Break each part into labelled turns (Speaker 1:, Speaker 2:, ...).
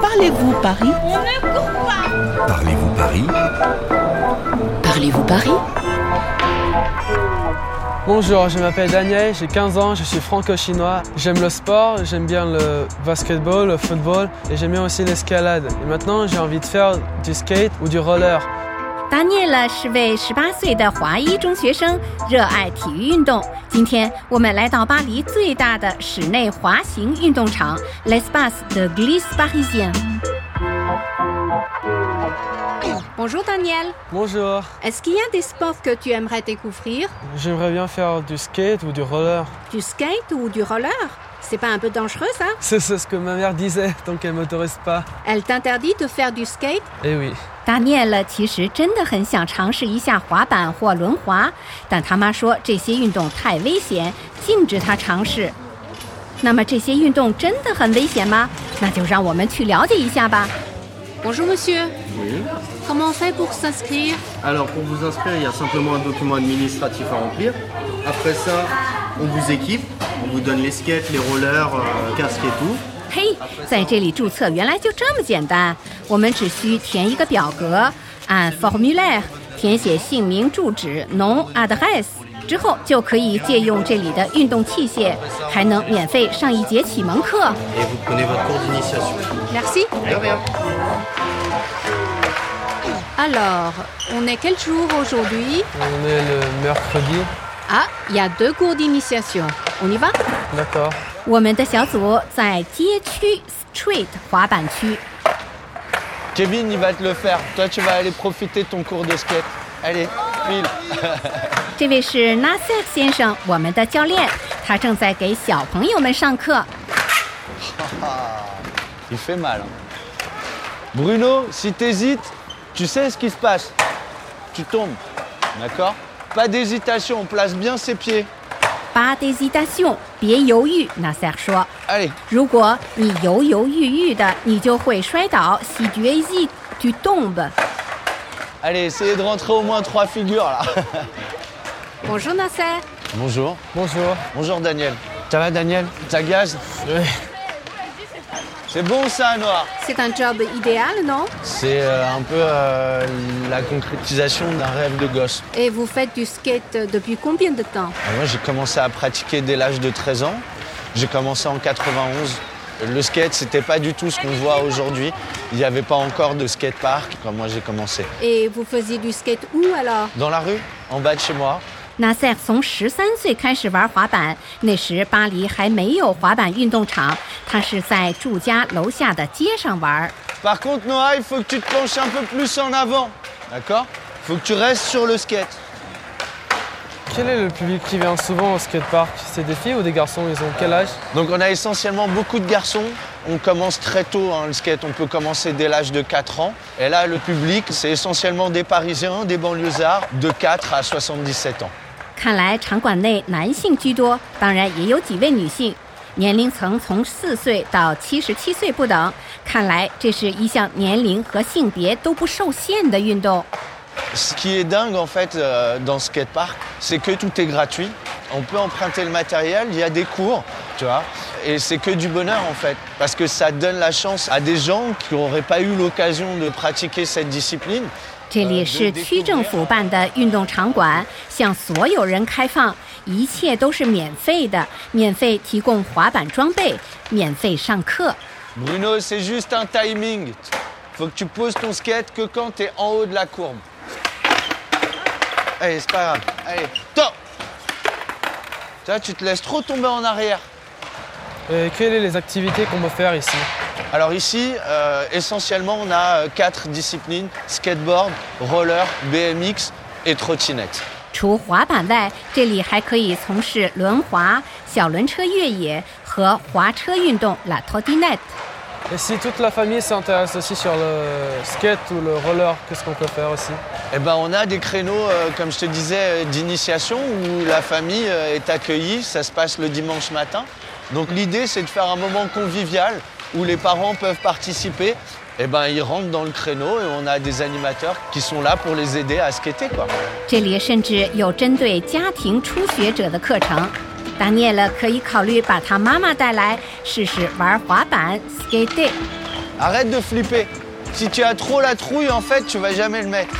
Speaker 1: Parlez-vous Paris
Speaker 2: On ne court pas
Speaker 3: Parlez-vous Paris
Speaker 1: Parlez-vous Paris
Speaker 4: Bonjour, je m'appelle Daniel, j'ai 15 ans, je suis franco-chinois. J'aime le sport, j'aime bien le basketball, le football et j'aime bien aussi l'escalade. Et maintenant, j'ai envie de faire du skate ou du roller.
Speaker 5: 达涅勒是位十八岁的华裔中学生，热爱体育运动。今天我们来到巴黎最大的室内滑行运动场 L'Espace de Glisse Parisien。
Speaker 6: Bonjour Daniel,
Speaker 4: Bonjour,
Speaker 6: est-ce qu'il y a des sports que tu aimerais découvrir
Speaker 4: j'aimerais bien faire du skate ou du roller.
Speaker 6: Du skate ou du roller C'est pas un peu dangereux ça
Speaker 4: C'est c'est ce que ma mère disait, donc elle m'autorise pas.
Speaker 6: Elle t'interdit de faire du skate
Speaker 4: Eh oui.
Speaker 5: 达涅勒其实真的很想尝试一下滑板或轮滑，但他妈说这些运动太危险，禁止他尝试。那么这些运动真的很危险吗？那就让我们去了解一下吧。
Speaker 6: Bonjour monsieur,
Speaker 7: Oui.
Speaker 6: comment on fait pour s'inscrire
Speaker 7: Alors pour vous inscrire, il y a simplement un document administratif à remplir. Après ça, on vous équipe, on vous donne les skates, les rollers, euh, casque et tout.
Speaker 5: 嘿，在这里注册原来就这么简单，我们只需填一个表格，按 formulaire 填写姓名、住址 （non address），之后就可以借用这里的运动器械，还能免费上一节启蒙课。
Speaker 7: Et vous prenez votre cours d'initiation.
Speaker 6: Merci.
Speaker 7: De rien.
Speaker 6: Alors, on est quel jour aujourd'hui
Speaker 4: On est le mercredi,
Speaker 6: Ah, il y a deux cours d'initiation. On y va
Speaker 4: d'accord.
Speaker 5: 我们的小组在街区 （street） 滑板区。
Speaker 8: Kevin, il va te le faire. Toi, tu vas aller profiter de ton cours de skate. Allez, file.
Speaker 5: 这位是 Nasser 先生，我们的教练，他正在给小朋友们上课。
Speaker 8: Il fait mal. hein. Bruno, si t'hésites, tu sais ce qui se passe. Tu tombes. D'accord Pas d'hésitation, on place bien ses pieds.
Speaker 5: Pas d'hésitation，别犹豫，Nasser 说。
Speaker 8: Allez,
Speaker 5: 如果你犹犹豫豫的，你就会摔倒。Si tu hésites, tu tombes。
Speaker 8: allez, essayez de rentrer au moins trois figures là.
Speaker 6: Bonjour Nasser.
Speaker 8: Bonjour.
Speaker 4: Bonjour.
Speaker 8: Bonjour Daniel. Ça va Daniel Ça gaz
Speaker 4: Oui.
Speaker 8: C'est bon ça, Noir
Speaker 6: C'est un job idéal, non
Speaker 8: C'est euh, un peu euh, la concrétisation d'un rêve de gosse.
Speaker 6: Et vous faites du skate depuis combien de temps
Speaker 8: Alors Ah, Moi, j'ai commencé à pratiquer dès l'âge de 13 ans. J'ai commencé en 91. Le skate, c'était pas du tout ce qu'on voit aujourd'hui. Il n'y avait pas encore de skatepark quand moi j'ai commencé.
Speaker 6: Et vous faisiez du skate où alors
Speaker 8: Dans la rue, en bas de chez moi.
Speaker 5: Nasser 从十三岁开始玩滑板，那时巴黎还没有滑板运动场，他是在住家楼下的街上玩。
Speaker 8: Par contre, Noah, il faut que tu te penches un peu plus en avant. D'accord Faut que tu restes sur le skate.
Speaker 4: Quel est le public qui vient souvent au skatepark C'est des filles ou des garçons Ils ont quel âge
Speaker 8: Donc on a essentiellement beaucoup de garçons. On commence très tôt hein, le skate, on peut commencer dès l'âge de 4 ans. Et là, le public, c'est essentiellement des Parisiens, des banlieusards, de 4 à 77 ans.
Speaker 5: 看来场馆内男性居多，当然也有几位女性，年龄层从四岁到七十七岁不等。看来这是一项年龄和性别都不受限的运动。
Speaker 8: Ce qui est dingue en fait euh, dans ce skatepark, c'est que tout est gratuit. On peut emprunter le matériel, il y a des cours, tu vois. Et c'est que du bonheur en fait, parce que ça donne la chance à des gens qui n'auraient pas eu l'occasion de pratiquer cette discipline.
Speaker 5: 呃这里是区政府办的运动场馆，向所有人开放，一切都是免费的，免费提供滑板装备，免费上课。
Speaker 8: Bruno, c'est juste un timing. Faut que tu poses ton skate que quand t'es en haut de la courbe. Allez, c'est pas grave. Allez, top Tu vois, tu te laisses trop tomber en arrière.
Speaker 4: Et quelles sont les activités qu'on peut faire ici
Speaker 8: Alors ici, euh, essentiellement, on a euh, quatre disciplines, skateboard, roller, BMX et trottinette.
Speaker 5: 除滑板外，这里还可以从事轮滑、小轮车越野和滑车运动 （la trottinette）。
Speaker 4: Et si toute la famille s'intéresse aussi sur le skate ou le roller, qu'est-ce qu'on peut faire aussi
Speaker 8: Eh ben, on a des créneaux, euh, comme je te disais, euh, d'initiation où la famille euh, est accueillie. Ça se passe le dimanche matin. Donc l'idée, c'est de faire un moment convivial où les parents peuvent participer. Eh ben, ils rentrent dans le créneau et on a des animateurs qui sont là pour les aider à skater, quoi.
Speaker 5: 这里甚至有针对家庭初学者的课程。达涅勒可以考虑把他妈妈带来试试玩滑板 skate day。
Speaker 8: Arrête de flipper. Si tu as trop la trouille, en fait, tu vas jamais le mettre.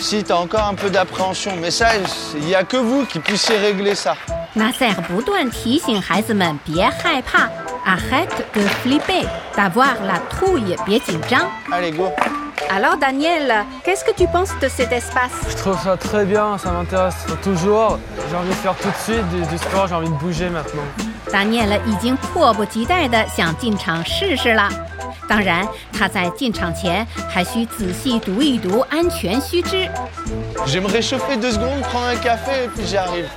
Speaker 8: Si tu as encore un peu d'appréhension, mais ça, il n'y a que vous qui puissiez régler ça.
Speaker 5: 纳塞尔不断提醒孩子们别害怕，arrête de flipper, d'avoir la trouille，别紧张。
Speaker 8: Allez, go.
Speaker 6: Alors Daniel, qu'est-ce que tu penses de cet espace
Speaker 4: Je trouve ça très bien, ça m'intéresse toujours. J'ai envie de faire tout de suite du, du sport, j'ai envie de bouger maintenant.
Speaker 5: 达涅勒已经迫不及待地想进场试试了。当然，他在进场前还需仔细读一读安全须知。
Speaker 8: Je vais me réchauffer deux secondes, prendre un café et puis j'arrive.